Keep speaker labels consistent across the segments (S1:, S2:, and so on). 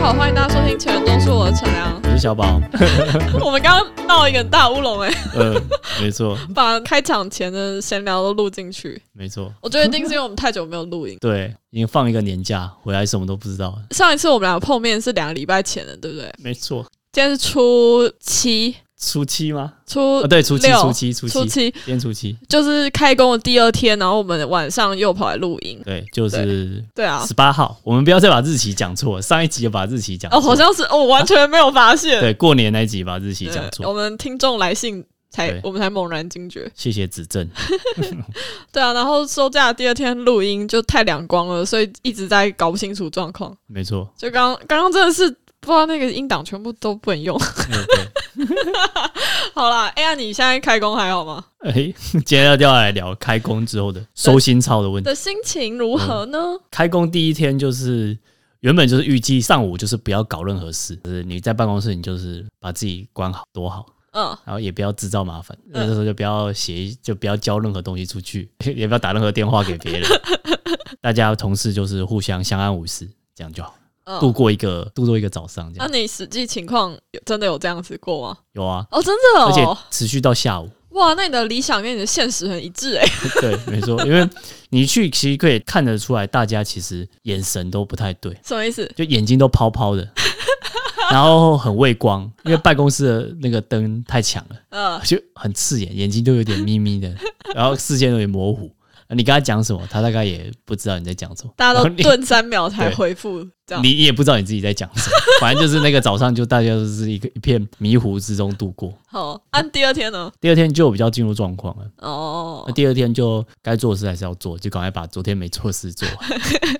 S1: 好，欢迎大家收听《全都是我的陈良
S2: 我是小宝，》。
S1: 我们刚刚闹一个很大乌龙哎、
S2: 呃，没错，
S1: 把开场前的闲聊都录进去。
S2: 没错，
S1: 我觉得一定是因为我们太久没有录音。
S2: 对，已经放一个年假回来，什么都不知道了，
S1: 上一次我们俩碰面是两个礼拜前的，对不对？
S2: 没错，
S1: 今天是初七，
S2: 初七吗？
S1: 初
S2: 啊，对，初七，
S1: 六
S2: 初七，初
S1: 初
S2: 七，
S1: 七
S2: 今天初七，
S1: 就是开工的第二天，然后我们晚上又跑来录音。
S2: 对，就是
S1: 对啊，
S2: 十八号，我们不要再把日期讲错，上一集有把日期讲
S1: 哦，好
S2: 错，
S1: 像是、哦我完全没有发现。
S2: 对，过年那一集把日期讲
S1: 对哦我
S2: 错，
S1: 们听众来信才
S2: 对，
S1: 我们才猛然惊觉。
S2: 谢谢指正，
S1: 对啊，然后收假的第二天录音就太两光了，所以一直在搞不清楚状况。
S2: 没错，
S1: 就刚刚刚真的是不知道那个音档全部都不能用。
S2: 嗯对。
S1: 好啦，哎、呀，你现在开工还好吗？
S2: 哎、接下来要来聊开工之后的收心操的问题。
S1: 的心情如何
S2: 嗯
S1: 呢？
S2: 开工第一天就是原本就是预计上午就是不要搞任何事，就是你在办公室你就是把自己关好多好，
S1: 嗯，
S2: 然后也不要制造麻烦。那时候就不要写，就不要交任何东西出去， 也不要打任何电话给别人。 大家同事就是互相相安无事，这样就好，
S1: 嗯
S2: 度过一个度过一个早上这
S1: 那、
S2: 样。
S1: 啊你实际情况有真的有这样子过吗？
S2: 有啊，
S1: 哦，真的
S2: 而且
S1: 哦，
S2: 持续到下午。
S1: 哇，那你的理想跟你的现实很一致哎、
S2: 对，没错，因为你去其实可以看得出来，大家其实眼神都不太对。
S1: 什么意思？
S2: 就眼睛都泡泡的，然后很畏光，因为办公室的那个灯太强了，
S1: 嗯，
S2: 就很刺眼，眼睛都有点眯 眯的，然后视线有点模糊。你跟他讲什么，他大概也不知道你在讲什么，
S1: 大家都啊
S2: 然后你
S1: 顿三秒才回复，这样
S2: 你也不知道你自己在讲什么，反正就是那个早上就大家都是一个一片迷糊之中度过。
S1: 好。按、第二天呢？
S2: 第二天就比较进入状况了，
S1: 哦
S2: 那，第二天就该做的事还是要做，就赶快把昨天没做的事做完。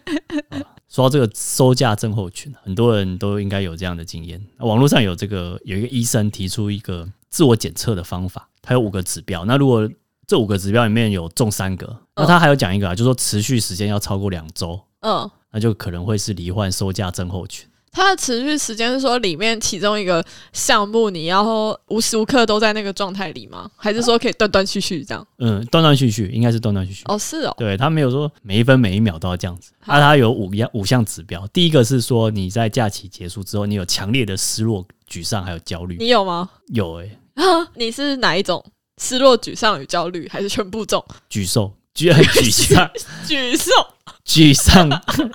S2: 啊说到这个收假症候群，很多人都应该有这样的经验。那网络上有这个有一个医生提出一个自我检测的方法，它有五个指标。那如果这五个指标里面有中三个，那他还有讲一个啊，就说持续时间要超过两周，
S1: 嗯，
S2: 那就可能会是罹患收假症候群。
S1: 它的持续时间是说里面其中一个项目你要无时无刻都在那个状态里吗？还是说可以断断续续这样？
S2: 嗯，断断续续，应该是断断续续。
S1: 哦，是哦，
S2: 对他没有说每一分每一秒都要这样子，
S1: 好
S2: 啊，他有五样五项指标。第一个是说你在假期结束之后，你有强烈的失落、沮丧还有焦虑。
S1: 你有吗？
S2: 有欸诶、
S1: 啊， 你是哪一种？失落、沮丧与焦虑，还是全部 中？
S2: 沮丧、沮 沮丧、
S1: 沮丧，
S2: 沮丧，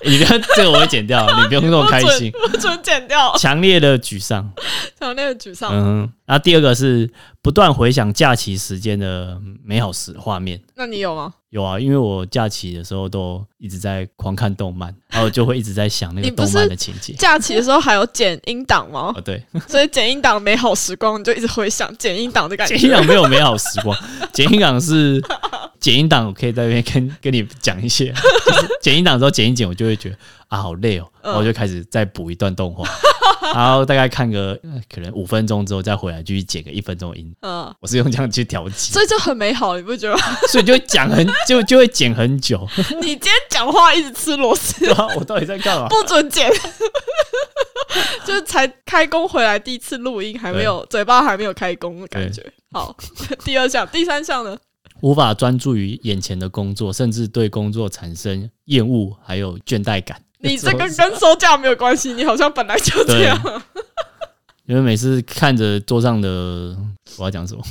S2: 你不要这个我会剪掉，你不用那么开心。。
S1: 我准剪掉
S2: 强烈的沮丧，
S1: 强烈的沮丧，
S2: 嗯，然后第二个是不断回想假期时间的美好时画面。
S1: 那你有吗？
S2: 有啊，因为我假期的时候都一直在狂看动漫，然后就会一直在想那个
S1: 你不
S2: 动
S1: 是
S2: 漫的情节。
S1: 假期的时候还有剪音档 吗？
S2: 哦，对，
S1: 所以剪音档美好时光，你就一直回想剪音档的感
S2: 剪音
S1: 觉。
S2: 档没有美好时光，剪音档是剪音档，我可以在那边跟跟你讲一些，就是剪音档之后剪一剪，我就会觉得啊好累
S1: 嗯
S2: 哦，然后我就开始再补一段动画，然后大概看个呃可能五分钟之后再回来继续剪个一分钟的音，
S1: 嗯，
S2: 我是用这样去调剂，
S1: 所以就很美好，你不觉得 吗？
S2: 所以就会讲很就就会剪很久，
S1: 你今天讲话一直吃螺丝，
S2: 对啊，我到底在干嘛？
S1: 不准剪。 就是才开工回来第一次录音，还没有嘴巴还没有开工的感觉。好， 第二项，第三项呢？
S2: 无法专注于眼前的工作，甚至对工作产生厌恶还有倦怠感。
S1: 你这个跟收假没有关系，你好像本来就这样。
S2: 因为每次看着桌上的，我要讲什么，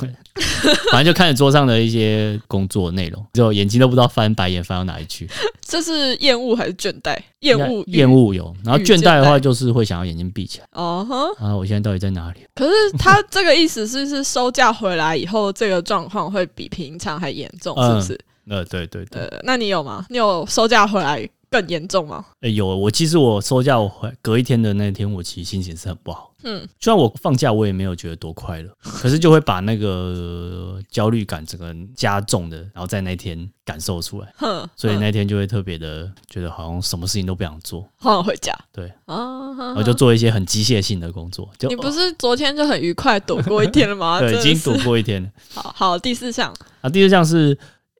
S2: 反正就看着桌上的一些工作内容，之后眼睛都不知道翻白眼翻到哪里去。
S1: 这是厌恶还是倦怠？厌恶，
S2: 厌。恶有，然后
S1: 与
S2: 倦怠的
S1: 倦
S2: 话就是会想要眼睛闭起来。
S1: 哦哼，
S2: 啊，我现在到底在哪里？
S1: 可是他这个意思是，是收假回来以后，这个状况会比平常还严重，是不是？
S2: 呃，对对对，
S1: 呃，那你有吗？你有收假回来更严重吗？
S2: 诶呃有我其实我收假我回隔一天的那天，我其实心情是很不好。
S1: 嗯，
S2: 虽然我放假我也没有觉得多快乐，可是就会把那个焦虑感整个加重的，然后在那天感受出来，
S1: 哼，
S2: 所以
S1: 嗯
S2: 那天就会特别的觉得好像什么事情都不想做。
S1: 好想回家
S2: 对，
S1: 啊！哼
S2: 然后就做一些很机械性的工作，就哦
S1: 你不是昨天就很愉快躲过一天了吗？
S2: 对已
S1: 真的
S2: 经
S1: 是
S2: 躲过一天了。
S1: 好好，第四项，
S2: 啊，第四项是，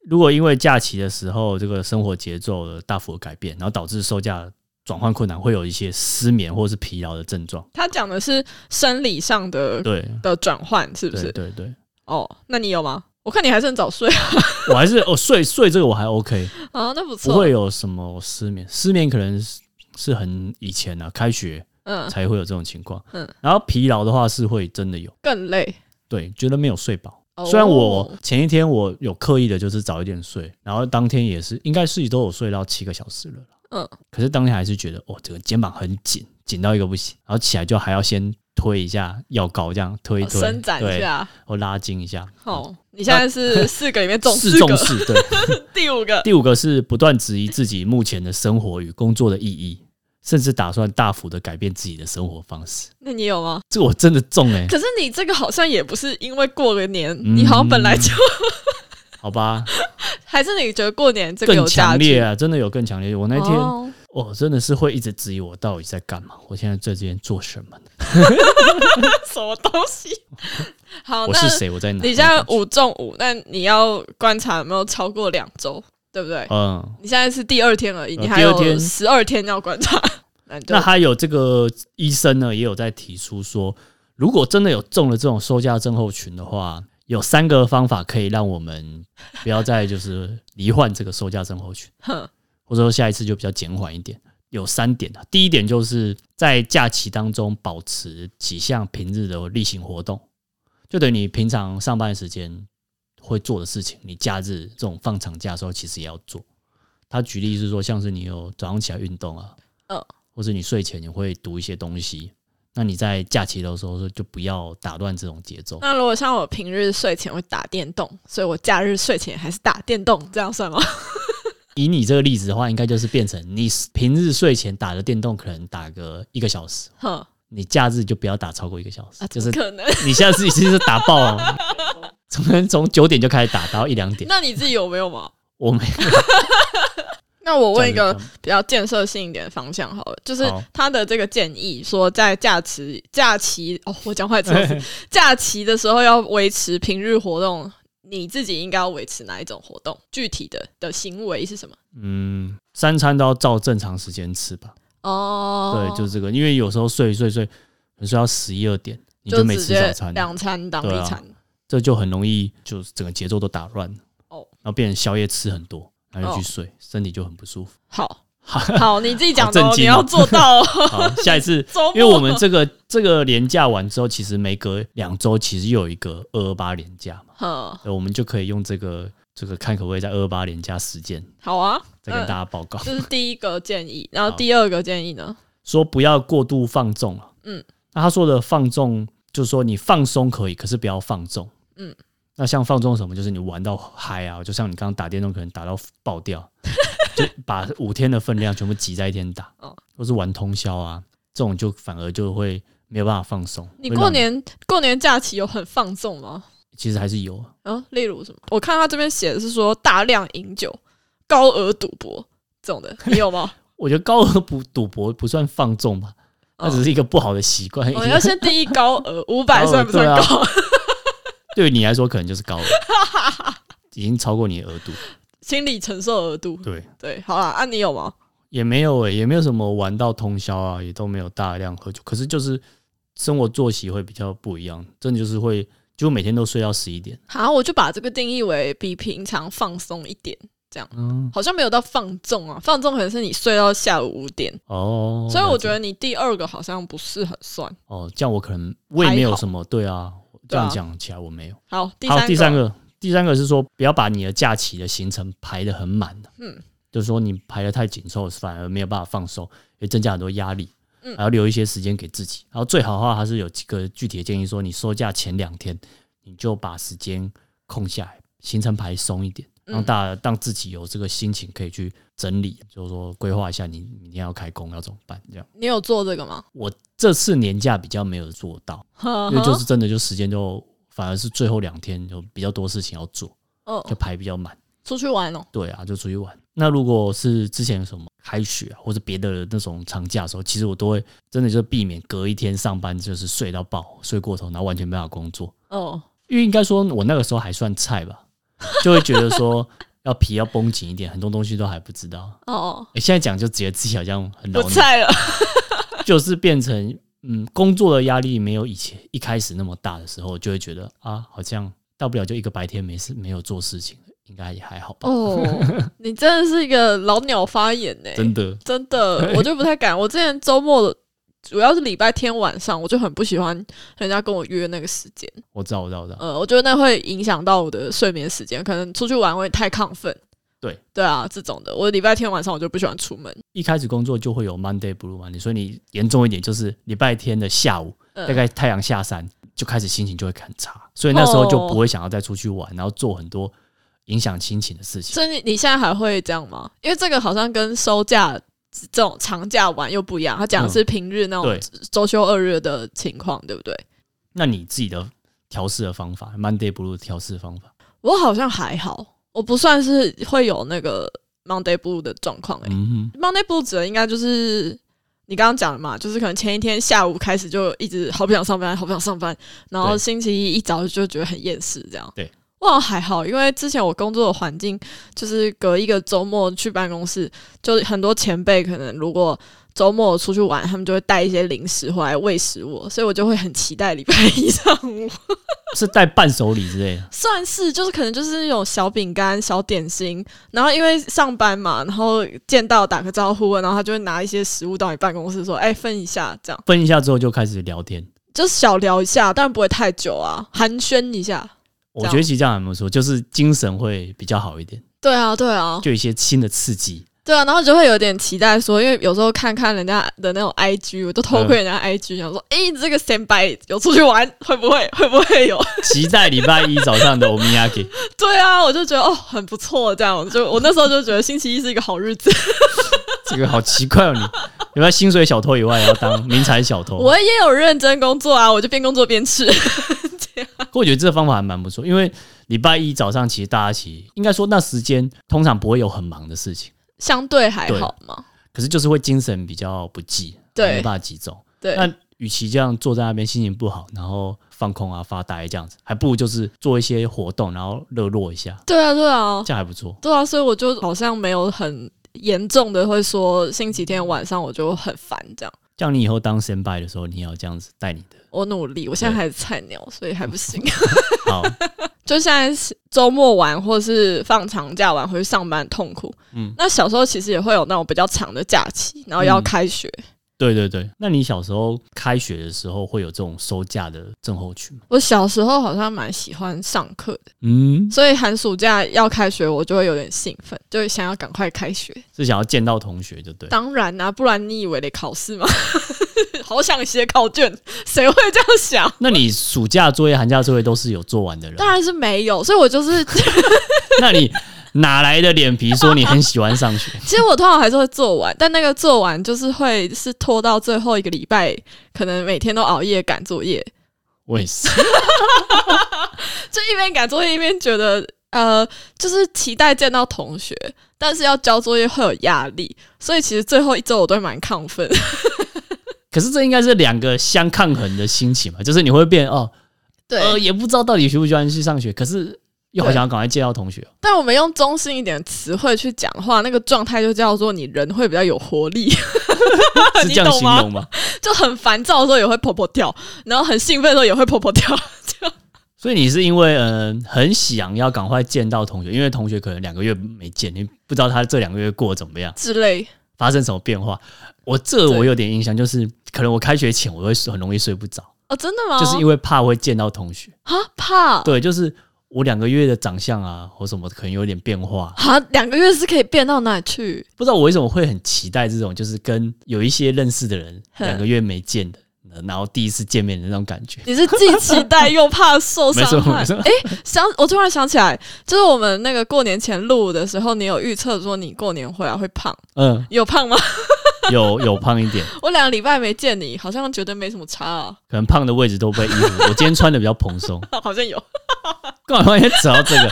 S2: 如果因为假期的时候这个生活节奏的大幅地改变，然后导致售价转换困难，会有一些失眠或是疲劳的症状。
S1: 他讲的是生理上的
S2: 对，
S1: 的转换，嗯是不
S2: 对
S1: 是？
S2: 对对，
S1: 哦，那你有吗？我看你还是很早睡
S2: 我还是哦睡睡这个我 还 OK，
S1: 啊，那不
S2: 不
S1: 错。
S2: 会有什么失眠。失眠可能是是很以前啊，开学
S1: 嗯，
S2: 才会有这种情况。
S1: 嗯
S2: 然后疲劳的话是会真的有，
S1: 更累。
S2: 对，觉得没有睡饱。
S1: 哦
S2: 虽然我前一天我有刻意的，就是早一点睡，然后当天也是应该是都有睡到七个小时了啦，
S1: 嗯
S2: 可是当天还是觉得哦，这个肩膀很紧，紧到一个不行，然后起来就还要先推一下药膏，这样推一推，
S1: 哦伸展一
S2: 对，啊
S1: 下。
S2: 或拉筋一下。
S1: 好，你现在 是四个里面中
S2: 是
S1: 四
S2: 重
S1: 个，
S2: 视，对。
S1: 第五个
S2: 第五个是不断质疑自己目前的生活与工作的意义，甚至打算大幅的改变自己的生活方式。
S1: 那你有吗？
S2: 这我真的中 哎、
S1: 可是你这个好像也不是因为过了年，
S2: 嗯
S1: 你好像本来就，
S2: 好吧，
S1: 还是你觉得过年这个有
S2: 更
S1: 价
S2: 强
S1: 值
S2: 烈？啊，真的有更强烈。我那天
S1: 哦，
S2: 我真的是会一直质疑我到底在干嘛，我现在在这边做什么呢？
S1: 什么东西？ 好，
S2: 我
S1: 那
S2: 是谁？啊我在哪？
S1: 你现在五中五，那你要观察有没有超过两周，对不对？
S2: 嗯，
S1: 你现在是第二天而已，
S2: 呃
S1: 你还
S2: 第二
S1: 有
S2: 天
S1: 十二天要观察，那你就
S2: 那还有这个医生呢，也有在提出说，如果真的有中了这种收假症候群的话，有三个方法可以让我们不要再就是罹患这个收假症候群。
S1: 哼
S2: 或者说下一次就比较减缓一点。有三点啊，第一点就是在假期当中保持几项平日的例行活动，就等于你平常上班时间会做的事情，你假日这种放长假的时候其实也要做。他举例是说，像是你有早上起来运动啊，
S1: 嗯
S2: 或者你睡前你会读一些东西，那你在假期的时候就不要打乱这种节奏。
S1: 那如果像我平日睡前会打电动，所以我假日睡前还是打电动，这样算 吗？
S2: 以你这个例子的话，应该就是变成你平日睡前打的电动，可能打个一个小时，
S1: 哼，
S2: 你假日就不要打超过一个小时，
S1: 啊，
S2: 就
S1: 怎
S2: 是
S1: 么可能？
S2: 你下次一次就打爆了，从从九点就开始打，打到一两点。
S1: 那你自己有没有吗？
S2: 我没
S1: 那我
S2: 有
S1: 问一个
S2: 这样子
S1: 比较建设性一点的方向好了，就是
S2: 好
S1: 他的这个建议说，在假期假期哦，我讲话怎 么假期的时候要维持平日活动，你自己应该要维持哪一种活动？具体的的行为是什么？
S2: 嗯，三餐都要照正常时间吃吧。
S1: 哦，
S2: 对，就是这个，因为有时候睡一睡睡，可能睡到十一二点，你就没
S1: 直
S2: 吃早
S1: 接
S2: 餐，
S1: 两餐当
S2: 对
S1: 一
S2: 啊
S1: 餐。
S2: 这就很容易就是整个节奏都打乱
S1: 哦
S2: 然后变成宵夜吃很多，然后又去
S1: 哦
S2: 睡，身体就很不舒服。
S1: 好， 好，你自己讲的
S2: 好
S1: 哦，
S2: 震
S1: 你
S2: 惊哦
S1: 要做到 哦。
S2: 好，下一次
S1: 周末
S2: 因为我们这个这个连假完之后，其实每隔两周其实又有一个二二八连假嘛，
S1: 嗯，
S2: 对，我们就可以用这个这个看可不可以在二二八连假时间
S1: 好啊，
S2: 再跟大
S1: 嗯
S2: 家报告，
S1: 这是第一个建议，然后
S2: 好
S1: 第二个建议呢？
S2: 说不要过度放纵了。
S1: 嗯，
S2: 那他说的放纵就是说你放松可以，可是不要放纵。
S1: 嗯
S2: 嗯，那像放纵什么，就是你玩到嗨啊，就像你刚刚打电动可能打到爆 掉，就把五天的分量全部挤在一天打，
S1: 哦
S2: 或是玩通宵啊，这种就反而就会没有办法放松。
S1: 你
S2: 会让
S1: 过年过年假期有很放纵吗？
S2: 其实还是有啊。
S1: 啊，例如什么？我看他这边写的是说大量饮酒、高额赌博这种的，你有 吗？
S2: 我觉得高额赌赌博不算放纵吧，它
S1: 哦
S2: 只是一个不好的习 惯。
S1: 我哦要先定义高 额，五百
S2: 高额
S1: 算不算
S2: 对啊
S1: 高？
S2: 对于你来说可能就是高额，已经超过你的额度。
S1: 心理承受额度。
S2: 对，
S1: 对，好啦，啊，你有吗？
S2: 也没有欸诶、也没有什么玩到通宵啊，也都没有大量喝酒。可是就是生活作息会比较不一样，真的就是会就每天都睡到十一点。
S1: 好，我就把这个定义为比平常放松一点，这样
S2: 嗯，
S1: 好像没有到放纵啊。放纵可能是你睡到下午五点，
S2: 哦，
S1: 所以我
S2: 了解
S1: 觉得你第二个好像不是很算。
S2: 哦，这样我可能我也没
S1: 还
S2: 有
S1: 好
S2: 什么对啊，这
S1: 对啊
S2: 样讲起来我没有。
S1: 好，第
S2: 好，
S1: 三
S2: 第三个，第三个是说不要把你的假期的行程排得很满
S1: 嗯
S2: 嗯，就是说你排得太紧凑，反而没有办法放松，也增加很多压力。
S1: 嗯
S2: 还要留一些时间给自己。然后最好的话，还是有几个具体的建议，说你收假前两天，你就把时间空下来，行程排松一点，
S1: 嗯
S2: 让大家让自己有这个心情可以去整理，就是说规划一下你明天要开工要怎么办这样。
S1: 你有做这个吗？
S2: 我这次年假比较没有做到，
S1: 呵
S2: 因为就
S1: 呵
S2: 是真的就时间就反而是最后两天有比较多事情要做，就
S1: 嗯，
S2: 排比较满。
S1: 出去玩哦，
S2: 对啊，就出去玩。那如果是之前有什么开学、啊、或者别的那种长假的时候，其实我都会真的就避免隔一天上班就是睡到爆，睡过头，然后完全没办法工作。
S1: 哦，
S2: 因为应该说，我那个时候还算菜吧，就会觉得说 要皮要绷紧一点，很多东西都还不知道。
S1: 哦，
S2: 诶现在讲就觉得自己好像很
S1: 不
S2: 老鸟，
S1: 菜了，
S2: 就是变成嗯，工作的压力没有以前一开始那么大的时候，就会觉得啊，好像大不了就一个白天没事没有做事情，应该也还好吧。
S1: 哦， 你真的是一个老鸟发言呢、
S2: 真的，
S1: 真的，我就不太敢。我之前周末主要是礼拜天晚上，我就很不喜欢人家跟我约那个时间。
S2: 我知道，我知道，我知道。
S1: 呃，我觉得那会影响到我的睡眠时间，可能出去玩会太亢奋。
S2: 对
S1: 对啊，这种的，我礼拜天晚上我就不喜欢出门。
S2: 一开始工作就会有 Monday Blue 嘛，你说你严重一点就是礼拜天的下午，
S1: 嗯
S2: 大概太阳下山就开始心情就会很差，所以那时候就不会想要再出去玩，然后做很多影响心情的事情。
S1: 所以你你现在还会这样吗？因为这个好像跟收假这种长假玩又不一样，他讲的是平日那种
S2: 对
S1: 周休二日的情况，对不对？
S2: 那你自己的调试的方法，Monday Blue 的调试方法，
S1: 我好像还好，我不算是会有那个 Monday Blue 的状况欸诶、
S2: 嗯哼，
S1: Monday Blue 指的应该就是你刚刚讲的嘛，就是可能前一天下午开始就一直好不想上班，好不想上班，然后
S2: 对
S1: 星期一一早就觉得很厌世这样。
S2: 对，
S1: 我好像还好，因为之前我工作的环境就是隔一个周末去办公室，就很多前辈可能如果。周末出去玩，他们就会带一些零食回来喂食我，所以我就会很期待礼拜一上午。
S2: 是带伴手礼之 类的。
S1: 算是，就是可能就是那种小饼干、小点心，然后因为上班嘛，然后见到打个招呼，然后他就会拿一些食物到你办公室说：“哎、分一下。”这样
S2: 分一下之后就开始聊天，
S1: 就是小聊一下，但不会太久啊，寒暄一下。
S2: 我
S1: 这样
S2: 觉得其实这样还不错，就是精神会比较好一点，
S1: 对啊，对啊，
S2: 就有一些新的刺激。
S1: 对啊，然后就会有点期待说，因为有时候看看人家的那种 IG，我都偷窥人家 IG，、想说：“哎、这个 stand by 有出去玩，会不会会不会有？”
S2: 期待礼拜一早上的 o m i y a k
S1: 对啊，我就觉得哦，很不错，这样，我就我那时候就觉得星期一是一个好日子。
S2: 这个好奇怪哦，你有没有薪水小偷以外也要当名财小偷？
S1: 我也有认真工作啊，我就边工作边吃。
S2: 可我觉得这个方法还蛮不错，因为礼拜一早上其实大家其实应该说那时间通常不会有很忙的事情，
S1: 相对还好嘛。
S2: 可是就是会精神比较不济，
S1: 对
S2: 没办法集中。
S1: 对，
S2: 那与其这样坐在那边心情不好，然后放空啊发呆这样子，还不如就是做一些活动，然后热络一下，
S1: 对啊，对啊，
S2: 这样还不错。
S1: 对啊，所以我就好像没有很严重的会说星期天晚上我就很烦这样。
S2: 这样你以后当 s t by 的时候，你也要这样子带你的。
S1: 我努力，我现在还是菜鸟，所以还不行。
S2: 好，
S1: 就现在是周末玩或是放长假玩回去上班很痛苦。嗯
S2: 嗯，
S1: 那小时候其实也会有那种比较长的假期，然后要开学。
S2: 对对对。那你小时候开学的时候会有这种收假的症候群吗？
S1: 我小时候好像蛮喜欢上课的，
S2: 嗯，
S1: 所以寒暑假要开学，我就会有点兴奋，就想要赶快开学。
S2: 是想要见到同学，就对。
S1: 当然啊啦、不然你以为得考试吗？ 好想写考卷，谁会这样想？
S2: 那你暑假作业、寒假作业都是有做完的人吗
S1: 当，然是没有，所以我就是，
S2: 那你哪来的脸皮说你很喜欢上 学？
S1: 其实我通常还是会做完，但那个做完就是会是拖到最后一个礼拜，可能每天都熬夜赶作业，
S2: 我也是，
S1: 就一边赶作业一边觉得，呃，就是期待见到同学，但是要交作业会有压力，所以其实最后一周我都会蛮亢奋。
S2: 可是这应该是两个相抗衡的心情嘛，就是你会变哦，
S1: 对
S2: 呃，也不知道到底喜不喜欢去上学，可是又好想要赶快见到同学。哦
S1: 但我们用中性一点的词汇去讲话，那个状态就叫做你人会比较有活力。
S2: 是这样形 容吗？
S1: 就很烦躁的时候也会婆婆跳，然后很兴奋的时候也会婆婆跳。
S2: 所以你是因为嗯、呃很想要赶快见到同学，因为同学可能两个月没见，你不知道他这两个月过得怎么样，
S1: 之类。
S2: 发生什么变化。我这
S1: 对
S2: 我有点印象，就是可能我开学前我会很容易睡不着，
S1: 哦，真的吗？
S2: 就是因为怕会见到同学。
S1: 啊怕
S2: 对，就是我两个月的长相啊，或什么可能有点变化，
S1: 啊两个月是可以变到哪里去？
S2: 不知道我为什么会很期待这种，就是跟有一些认识的人
S1: 哼
S2: 两个月没见的，然后第一次见面的那种感觉。
S1: 你是既期待又怕受伤
S2: 没错
S1: 害
S2: 没错。
S1: 哎、想我突然想起来，就是我们那个过年前录的时候，你有预测说你过年回来会胖，
S2: 嗯，
S1: 有胖吗？
S2: 有有胖一点，
S1: 我两个礼拜没见你，好像觉得没什么差啊，
S2: 可能胖的位置都被衣服。我今天穿的比较蓬松，
S1: 好像有
S2: 干嘛也只要这个？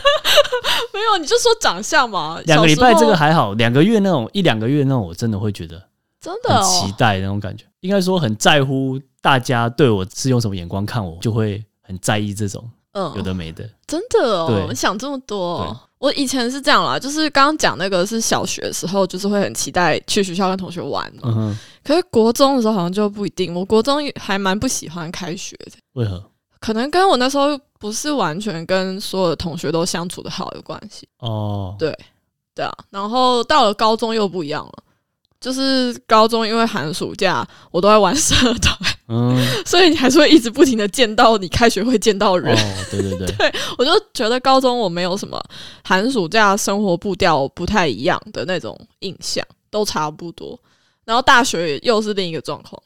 S1: 没有？你就说长相嘛，
S2: 两个礼拜
S1: 小时
S2: 这
S1: 候
S2: 个还好，两个月那种一两个月那种，我真的会觉得
S1: 真的
S2: 很期
S1: 哦，
S2: 待那种感觉。应该说很在乎大家对我是用什么眼光看我，就会很在意这种有
S1: 嗯，
S2: 的没的。
S1: 真的哦，
S2: 对
S1: 你想这么多哦、
S2: 对
S1: 我以前是这样啦，就是刚刚讲那个是小学的时候，就是会很期待去学校跟同学玩嘛。
S2: 嗯哼，
S1: 可是国中的时候好像就不一定，我国中还蛮不喜欢开学的，
S2: 为何？
S1: 可能跟我那时候不是完全跟所有的同学都相处的好有关系。
S2: 哦，
S1: 对啊，然后到了高中又不一样了，就是高中因为寒暑假我都在玩社团，
S2: 嗯，
S1: 所以你还是会一直不停的见到你开学会见到人。
S2: 哦，对 对对，
S1: 我就觉得高中我没有什么寒暑假生活步调不太一样的那种印象，都差不多。然后大学又是另一个状况，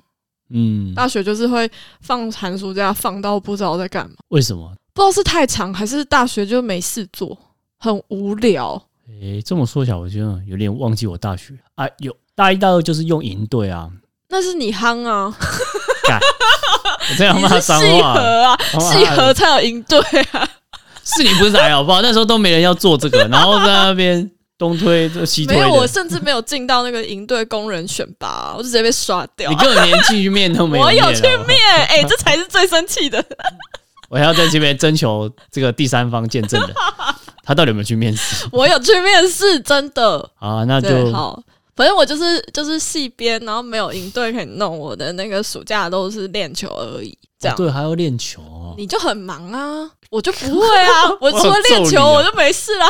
S2: 嗯，
S1: 大学就是会放寒暑假放到不知道在干嘛，
S2: 为什么？
S1: 不知道是太长还是大学就没事做，很无聊。
S2: 诶、这么说起来，我觉得有点忘记我大学啊，有大一、大二就是用营队啊，
S1: 那是你憨啊，
S2: 我这样
S1: 你
S2: 骂
S1: 是
S2: 脏
S1: 适
S2: 话，
S1: 合啊，
S2: 脏话
S1: 适合才有应对啊，
S2: 是你不是来好不好？那时候都没人要 做这个，然后在那边东推西推
S1: 没有，我
S2: 的，
S1: 甚至没有进到那个营队工人选拔啊、我就直接被刷掉
S2: 你。根本连去面哦都没
S1: 我
S2: 有
S1: 有去
S2: 面
S1: 面，哎、这才是最生气的。
S2: 我还要在这边征求这个第三方见证人，他到底有没有去面试
S1: 我有去面试，真的。
S2: 啊？那
S1: 对，
S2: 就
S1: 好，反正我就是就是戏编，然后没有营队可以弄，我的那个暑假都是练球而已，这
S2: 哦
S1: 样。
S2: 对，还要练球、哦、
S1: 你就很忙啊，我就不会啊，我除了练
S2: 我
S1: 球
S2: 有揍你哦
S1: 我就没事啦。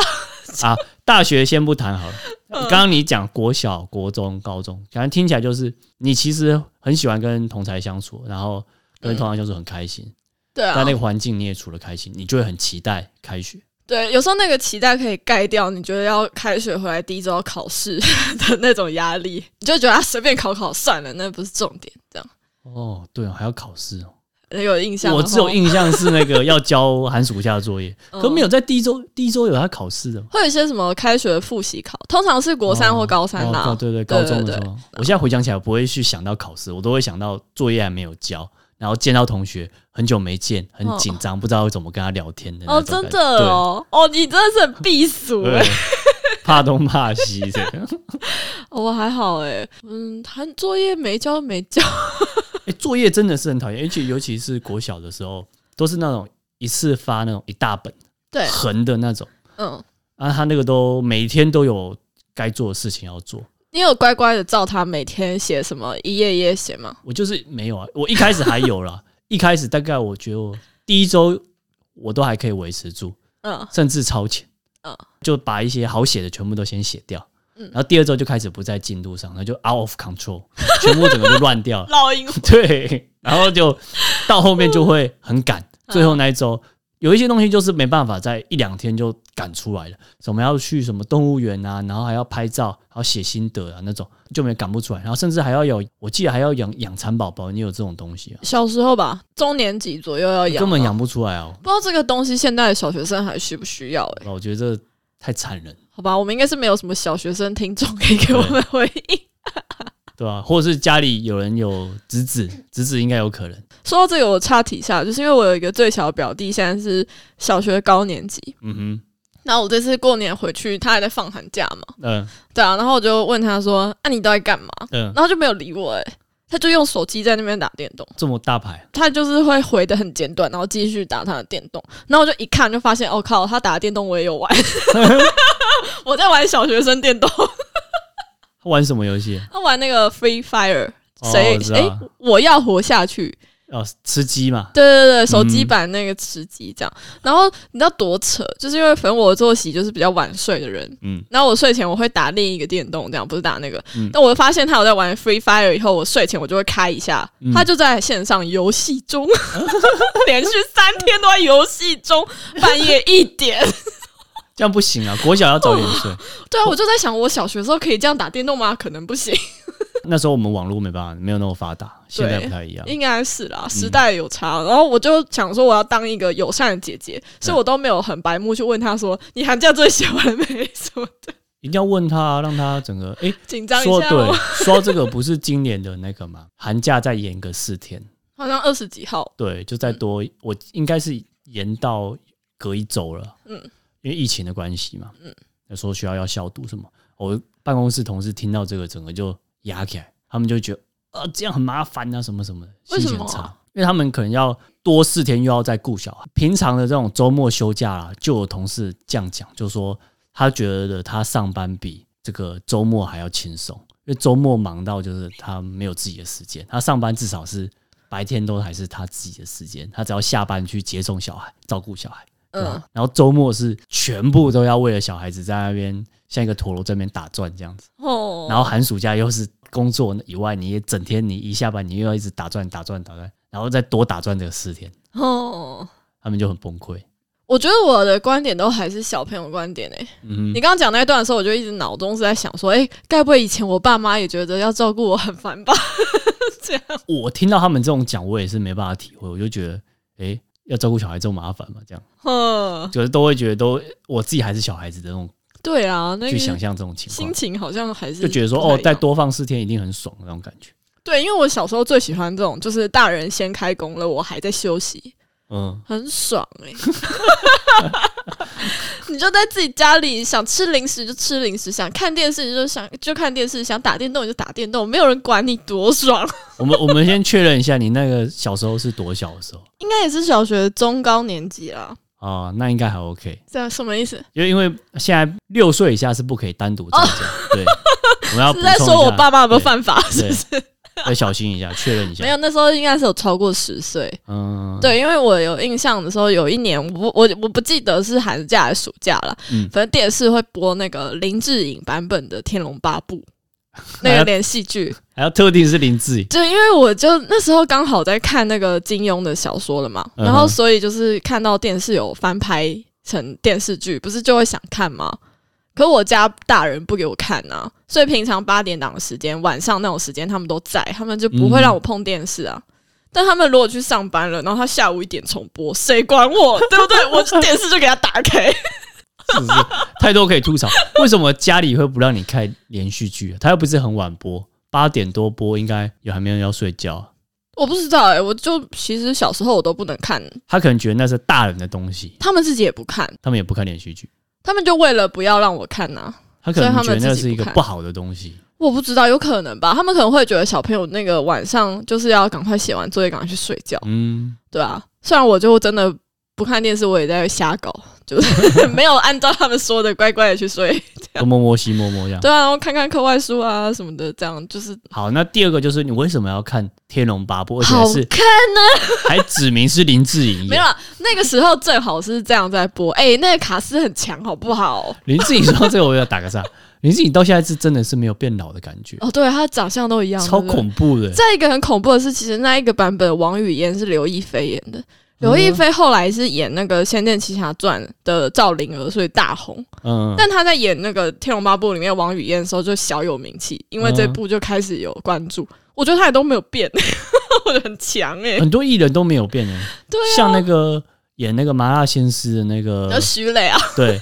S2: 啊。大学先不谈好了，
S1: 嗯
S2: 刚刚你讲国小、国中、高中，反正听起来就是你其实很喜欢跟同才相处，然后跟同才相处很开心，
S1: 对啊
S2: 在，那个环境你也处的开心，你就会很期待开学。
S1: 对，有时候那个期待可以盖掉，你觉得要开学回来第一周要考试 的那种压力，你就觉得啊随便考考算了，那不是重点，这样
S2: 哦，对哦，还要考试哦。
S1: 有印象吗？
S2: 我只有印象是那个要交寒暑假作业，
S1: 嗯
S2: 可没有在第一周，第一周有他考试的吗。
S1: 会有一些什么开学复习考，通常是国三或高三啦、
S2: 哦哦对对，
S1: 对
S2: 高中
S1: 对
S2: 的时候，我现在回想起来，我不会去想到考试，我都会想到作业还没有交，然后见到同学很久没见，很
S1: 哦
S2: 紧张，不知道怎么跟他聊天的那
S1: 哦，
S2: 种
S1: 真
S2: 感觉
S1: 的，哦，哦，你真的是很避 暑
S2: 对
S1: 哎、
S2: 对，怕东怕西的。
S1: 哦我还好哎、嗯，他作业没交没交，
S2: 哎，作业真的是很讨厌，而且尤其是国小的时候，都是那种一次发那种一大本
S1: 对，
S2: 横的那种，
S1: 嗯，
S2: 啊，他那个都每天都有该做的事情要做。
S1: 你有乖乖的照他每天写什么一页一页写吗？
S2: 我就是没有啊，我一开始还有啦， 一开始大概我觉得我第一周我都还可以维持住，
S1: 嗯，
S2: 甚至超前，
S1: 嗯
S2: 就把一些好写的全部都先写掉，
S1: 嗯
S2: 然后第二周就开始不在进度上，那就 out of control，全部整个就乱掉了，
S1: 老鹰，
S2: 对，然后就到后面就会很赶，
S1: 嗯
S2: 最后那一周。有一些东西就是没办法在一两天就赶出来了，什么要去什么动物园啊，然后还要拍照，还要写心得啊那种，就没赶不出来。然后甚至还要有，我记得还要养养蚕宝宝，你有这种东西啊？
S1: 小时候吧，中年级左右要养，啊
S2: 根本养。不出来哦。
S1: 不知道这个东西现在的小学生还需不需要、欸？
S2: 我觉得这太残忍，
S1: 好吧，我们应该是没有什么小学生听众可以给我们回应。
S2: 对吧、或者是家里有人有侄 子，侄子应该有可能。
S1: 说到这个，我插题一下，就是因为我有一个最小的表弟，现在是小学高年级。
S2: 嗯
S1: 然后我这次过年回去，他还在放寒假嘛，
S2: 哼，嗯
S1: 对啊。然后我就问他说：“啊，你到底干嘛？”
S2: 嗯，
S1: 然后就没有理我、欸，他就用手机在那边打电动，
S2: 这么大牌，
S1: 他就是会回的很简短，然后继续打他的电动。然后我就一看就发现，哦靠，他打的电动我也有玩，我在玩小学生电动，
S2: 他玩什么游戏？
S1: 他玩那个 Free Fire，
S2: 哦
S1: 谁
S2: 我知？道
S1: 诶，我要活下去，
S2: 哦，吃鸡嘛。
S1: 对对对，手机版那个吃鸡这样。然后你知道多扯，就是因为反正我的作息就是比较晚睡的人，
S2: 嗯，
S1: 然后我睡前我会打另一个电动，这样不是打那个。
S2: 嗯
S1: 但我发现他有在玩 Free Fire 以后，我睡前我就会开一下，
S2: 嗯
S1: 他就在线上游戏中， 连续三天都在游戏中，半夜一点。
S2: 这样不行啊，国小要早点睡。
S1: 对啊，我就在想，我小学时候可以这样打电动吗？可能不 行，
S2: 那时候我们网络没办法，没有那么发达，现在
S1: 对
S2: 不太一样。
S1: 应该是啦，
S2: 嗯
S1: 时代有差。然后我就想说，我要当一个友善的姐姐，所以我都没有很白目去问他说，你寒假作业写完了没？什么的，
S2: 一定要问他，让他整个哎、
S1: 紧张一
S2: 说
S1: 下
S2: 对
S1: 哦。，
S2: 说到这个不是今年的那个嘛， 寒假再延个四天，
S1: 好像二十几号，
S2: 对，就再多，我应该是延到隔一周了，
S1: 嗯
S2: 嗯，因为疫情的关系嘛，
S1: 嗯
S2: 嗯，那时候需要要消毒什么，我办公室同事听到这个，整个就压起来，他们就觉得呃这样很麻烦啊，什么什么的，
S1: 为什
S2: 心情
S1: 么
S2: 很
S1: 啊
S2: 差，因为他们可能要多四天又要再顾小孩，平常的这种周末休假啊，就有同事这样讲，就说他觉得他上班比这个周末还要轻松。因为周末忙到就是他没有自己的时间，他上班至少是白天都还是他自己的时间，他只要下班去接送小孩、照顾小孩，对啊吧
S1: 嗯，
S2: 然后周末是全部都要为了小孩子在那边像一个陀螺在那边打转这样子，
S1: 哦，
S2: 然后寒暑假又是工作以外，你也整天你一下班你又要一直打转打转打转，然后再多打转这四天，
S1: 哦，
S2: 他们就很崩溃。
S1: 我觉得我的观点都还是小朋友观点诶、欸
S2: 嗯
S1: 你刚刚讲那一段的时候，我就一直脑中是在想说，诶，该不会以前我爸妈也觉得要照顾我很烦 吧？这样
S2: 哼，我听到他们这种讲，我也是没办法体会，我就觉得，诶，要照顾小孩这么麻烦嘛，这
S1: 啊
S2: 样，
S1: 哼，
S2: 就是都会觉得都我自己还是小孩子的那种
S1: 对啊，那
S2: 去
S1: 个
S2: 想象这种情
S1: 心
S2: 况，
S1: 情好像还是
S2: 就觉得说
S1: 不太
S2: 哦，
S1: 一
S2: 再
S1: 样
S2: 多放四天一定很爽的那种感觉。
S1: 对，因为我小时候最喜欢这种，就是大人先开工了，我还在休息，
S2: 嗯，
S1: 很爽 哎、你就在自己家里想吃零食就吃零食，想看电视你就想就看电视，想打电动你就打电动，没有人管你，多 爽！
S2: 我们我们先确认一下，你那个小时候是多小的时候
S1: 应该也是小学中高年级啦，
S2: 啊、那应该还 OK，
S1: 这样什么意思？
S2: 因为因为现在六岁以下是不可以单独参加。对，我们要补
S1: 哦是
S2: 充一
S1: 在
S2: 下
S1: 说我爸妈有没有犯法？是不是？
S2: 要小心一下，确认一下
S1: 没。有，那时候应该是有超过十岁。
S2: 嗯，
S1: 对，因为我有印象的时候，有一年我不我我不记得是寒假还是暑假了，
S2: 嗯
S1: 反正电视会播那个林志颖版本的《天龙八 部》，
S2: 还
S1: 那
S2: 要
S1: 个连续剧。
S2: 还要特定是林志颖。
S1: 就因为我就那时候刚好在看那个金庸的小说了嘛，
S2: 嗯哼
S1: 然后所以就是看到电视有翻拍成电视剧，不是就会想看吗？可我家大人不给我看啊，所以平常八点档的时间，晚上那种时间他们都在，他们就不会
S2: 嗯
S1: 让我碰电视啊。但他们如果去上班了，然后他下午一点重播，谁管我， 对不对？我电视就给他打开。
S2: 是不是？太多可以吐槽。为什么家里会不让你看连续剧、啊？他又不是很晚播，八点多播，应该有还没有人要睡觉啊、
S1: 我不知道哎、我就其实小时候我都不能看，
S2: 他可能觉得那是大人的东西，
S1: 他们自己也不看，
S2: 他们也不看连续剧，
S1: 他们就为了不要让我看啊呐、
S2: 他可能觉
S1: 所
S2: 得那是一
S1: 以他们自己
S2: 个
S1: 不看
S2: 不好的东西。
S1: 我不知道，有可能吧？他们可能会觉得小朋友那个晚上就是要赶快写完作业，赶快去睡觉，
S2: 嗯，
S1: 对啊。虽然我就真的不看电视，我也在瞎搞，就是 没有按照他们说的乖乖的去睡，
S2: 东摸摸西摸摸这样。
S1: 对啊，然后看看课外书啊什么的，这样就是
S2: 好，那第二个就是你为什么要看《天龙八部》，而
S1: 好
S2: 且是
S1: 看。
S2: 还指明是林志颖演
S1: 没有。啦，那个时候正好是这样在播，哎、那个卡斯很强，好不好？
S2: 林志颖说到这个，我要打个岔。林志颖到现在是真的是没有变老的感觉，
S1: 哦，对，他的长相都一样，
S2: 超
S1: 对不对
S2: 恐怖的。
S1: 再一个很恐怖的是，其实那一个版本王语嫣是刘亦菲演的，刘亦菲后来是演那个《仙剑奇侠传》的赵灵儿，所以大红。
S2: 嗯，
S1: 但她在演那个《天龙八部》里面王语嫣的时候，就小有名气，因为这部就开始有关注。我觉得她也都没有变， 我觉得很强哎、
S2: 很多艺人都没有变诶，
S1: 对啊
S2: 像那个演那个麻辣鲜师的那个
S1: 然后，徐磊啊，
S2: 对，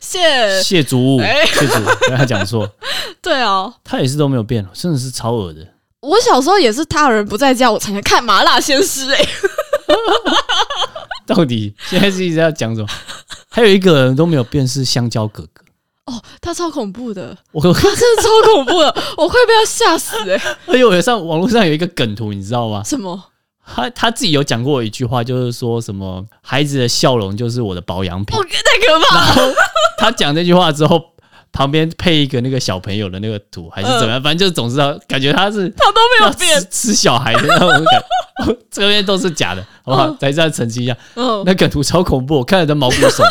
S1: 谢
S2: 谢祖武，
S1: 哎
S2: 谢祖武，跟他讲错，
S1: 对哦，
S2: 他也是都没有变，真的是超恶的。
S1: 我小时候也是他人不在家，我才能看《麻辣鲜师》哎，
S2: 到底现在是一直要讲什么？还有一个人都没有变是香蕉哥哥，
S1: 哦，他超恐怖的，
S2: 我
S1: 他真的超恐怖的， 我快被他吓死哎、
S2: 而且我上网络上有一个梗图，你知道吗？
S1: 什 么？
S2: 他他自己有讲过一句话，就是说什么孩子的笑容就是我的保养品
S1: 我。觉得太可怕了。
S2: 他讲这句话之后，旁边配一个那个小朋友的那个图，还是怎么样，反正就总之他感觉他 是
S1: 他都没
S2: 要
S1: 有
S2: 吃
S1: 嗯变。
S2: 吃小孩的那种感觉，这边都是假的，好不好？
S1: 嗯
S2: 再这样澄清一下，
S1: 嗯，
S2: 那梗图超恐怖，我看了都毛骨悚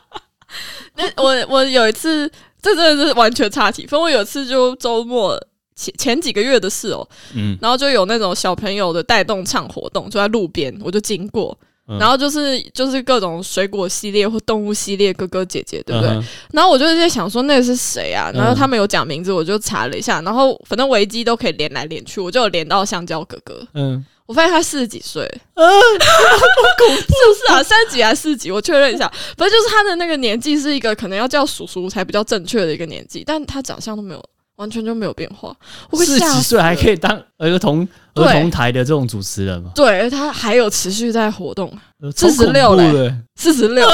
S2: 然。
S1: 那我我有一次，这真的是完全差题。反正我有一次就周末前前几个月的事哦，
S2: 嗯，
S1: 然后就有那种小朋友的带动唱活动，就在路边，我就经过。
S2: 嗯
S1: 然后就是就是各种水果系列或动物系列哥哥姐姐，对不对？
S2: 嗯哼
S1: 然后我就在想说那个是谁啊？
S2: 嗯
S1: 然后他们有讲名字，我就查了一下。然后反正维基都可以连来连去，我就有连到香蕉哥哥。
S2: 嗯，
S1: 我发现他四十几 岁，
S2: 呃
S1: 是不是啊？三十几还是四十几？我确认一下，反正就是他的那个年纪是一个可能要叫叔叔才比较正确的一个年纪，但他长相都没有，完全就没有变化，我会
S2: 四十
S1: 吓
S2: 几
S1: 死
S2: 岁
S1: 了。
S2: 还可以当儿童
S1: 对
S2: 儿童台的这种主持人吗？
S1: 对他还有持续在活动，
S2: 呃超恐怖
S1: 46嘞
S2: 的
S1: 四十 六，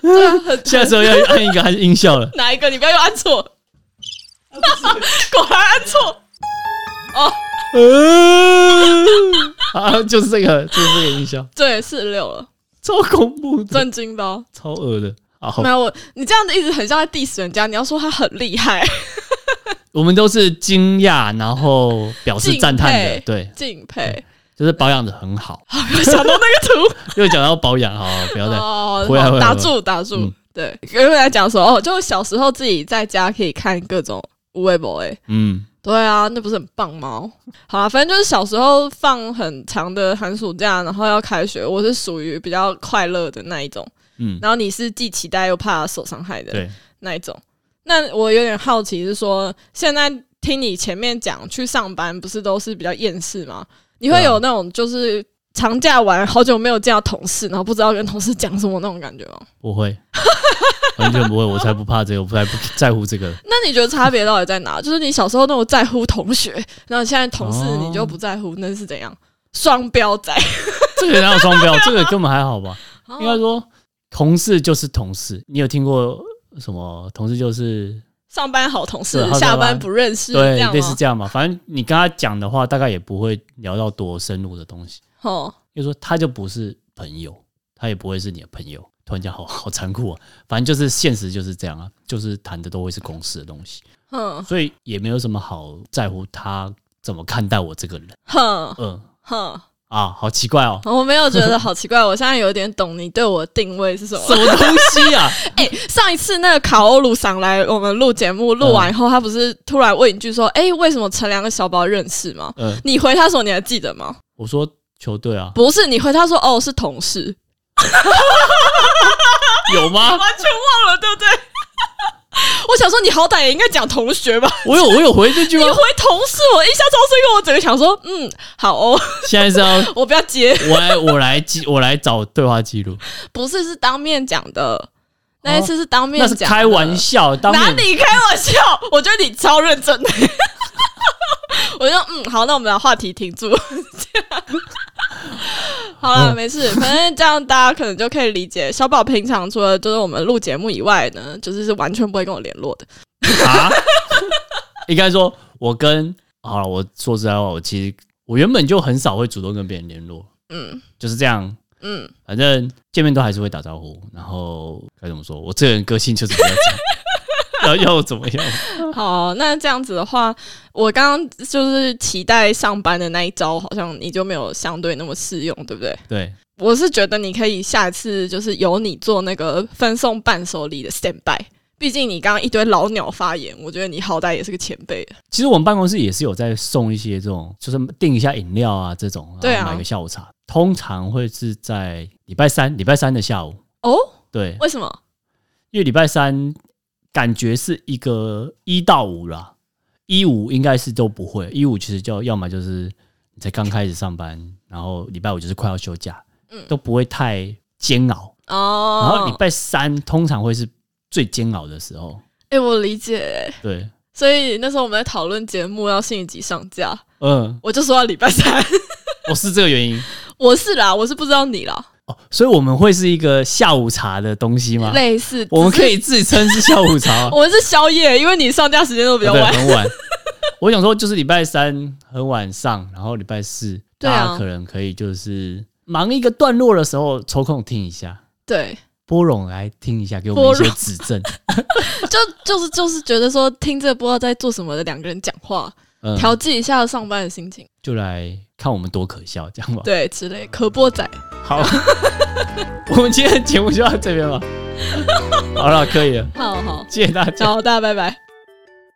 S1: 对啊，很。
S2: 下次要按一个按音效了
S1: 哪一个？你不要又按错， 果然按错。哦，
S2: 啊，就是这个，就是这个音效，
S1: 对，四十六了，
S2: 超恐怖的，
S1: 震惊包。
S2: 超恶的。好
S1: 没，有我，你这样子一直很像在 diss 人家，你要说他很厉 害，
S2: 我们都是惊讶，然后表示赞叹的
S1: 敬佩，
S2: 对，
S1: 敬佩。
S2: 就是保养的很好。
S1: 有想到那个图，
S2: 又讲到保养，好，不要再
S1: 哦，
S2: 回来回来
S1: 打
S2: 回来
S1: 住打住
S2: 嗯，
S1: 对，原本来讲说哦，就小时候自己在家可以看各种微博哎，
S2: 嗯，
S1: 对啊，那不是很棒吗？好啦，反正就是小时候放很长的寒暑假，然后要开学，我是属于比较快乐的那一种，
S2: 嗯，
S1: 然后你是既期待又怕受伤害的
S2: 对，
S1: 那一种。那我有点好奇，是说现在听你前面讲去上班，不是都是比较厌世吗？你会
S2: 对啊
S1: 有那种就是长假完好久没有见到同事，然后不知道跟同事讲什么那种感觉吗？
S2: 不会，完全不会，我才不怕这个，我才不在乎这个。
S1: 那你觉得差别到底在哪？就是你小时候那种在乎同学，然后现在同事
S2: 哦
S1: 你就不在乎，那是怎样？双标仔，
S2: 这个哪有双标？这个根本还好吧？应该
S1: 哦
S2: 说，同事就是同事。你有听过什么？同事就是
S1: 上班好同事
S2: 对，好
S1: 下
S2: 上
S1: 班
S2: 班
S1: 不认识，这
S2: 对，
S1: 样
S2: 类似
S1: 吗？
S2: 这样嘛。反正你跟他讲的话，大概也不会聊到多深入的东西。
S1: 哦，
S2: 因为说他就不是朋友，他也不会是你的朋友。突然间好好残酷啊！反正就是现实就是这样啊，就是谈的都会是公司的东西，
S1: 哼
S2: 所以也没有什么好在乎他怎么看待我这个人。
S1: 哼
S2: 嗯
S1: 哼，
S2: 啊，好奇怪哦，
S1: 我没有觉得好奇怪，我现在有点懂你对我的定位是什么了
S2: 什。么东西 啊？
S1: 哎、上一次那个卡欧鲁上来我们录节目，录完以后，他不是突然问一句说：“哎、为什么陈良跟小宝认识吗
S2: 嗯、？”
S1: 你回他说：“你还记得吗
S2: 我说球队啊？”，
S1: 不是，你回他说：“哦，是同事。
S2: 有吗？”
S1: 啊完全忘了，对不对？ 我想说，你好歹也应该讲同学 吧。
S2: 我有我有回这句
S1: 你
S2: 吗
S1: 回？同事，我印象超深刻。我整个想说，嗯，好哦，
S2: 现在是要
S1: 我不要接。
S2: 我来我来记我来找对话记 录，
S1: 不是，是当面讲的。那一次是当面
S2: 那
S1: 讲
S2: 是
S1: 的、
S2: 开玩笑，当
S1: 哪
S2: 面
S1: 里开玩笑？我觉得你超认真 的。我就说嗯，好，那我们把话题停住。这 样好了，
S2: 嗯
S1: 没事，反正这样大家可能就可以理解。小宝平常除了就是我们录节目以外呢，就是是完全不会跟我联络的。
S2: 啊？ 应该说，我跟好了，我说实在话，我其实我原本就很少会主动跟别人联络，
S1: 嗯
S2: 就是这样，
S1: 嗯，
S2: 反正见面都还是会打招呼。然后该怎么说？我这个人个性就是比较这样， 要要我怎么样？
S1: 好，那这样子的话，我刚刚就是期待上班的那一招，好像你就没有相对那么适用，对不对？
S2: 对，
S1: 我是觉得你可以下一次就是由你做那个分送伴手礼的 stand by，毕竟你刚刚一堆老鸟发言，我觉得你好歹也是个前辈。
S2: 其实我们办公室也是有在送一些这种，就是订一下饮料啊这种，
S1: 对啊
S2: 然后买个下午茶，通常会是在礼拜三，礼拜三的下午。
S1: 哦，
S2: 对，
S1: 为什么？
S2: 因为礼拜三感觉是一个一到五啦，一五应该是都不会，一五其实就要么就是你才刚开始上班，然后礼拜五就是快要休假，
S1: 嗯
S2: 都不会太煎熬。然后礼
S1: 哦，
S2: 拜三通常会是最煎熬的时候，
S1: 哎、我理解。
S2: 对，
S1: 所以那时候我们在讨论节目要星期几上架，
S2: 嗯，
S1: 我就说要礼拜三。
S2: 我是这个原因
S1: 我是啦，我是不知道你啦，
S2: 哦，所以我们会是一个下午茶的东西吗？
S1: 类似
S2: 啊我们
S1: 只是
S2: 可以自称是下 午茶吗，
S1: 我们是宵夜，因为你上架时间都比较
S2: 哦对，
S1: 晚。
S2: 很晚。 我想说，就是礼拜三很晚上，然后礼拜四
S1: 对
S2: 大
S1: 啊
S2: 家可能可以就是忙一个段落的时候抽空听一下，
S1: 对，
S2: 波冗来听一下，给我们
S1: 波
S2: 一些
S1: 冗
S2: 指正。
S1: 就就是就是觉得说听这不知道在做什么的两个人讲话，
S2: 嗯，
S1: 调剂一下上班的心情，
S2: 就来看我们多可笑，这样吧。
S1: 对之类。可波仔。
S2: 好， 我们今天的节目就到这边吧。好了，可以了，
S1: 好好，
S2: 谢谢大家。
S1: 好，大家拜拜。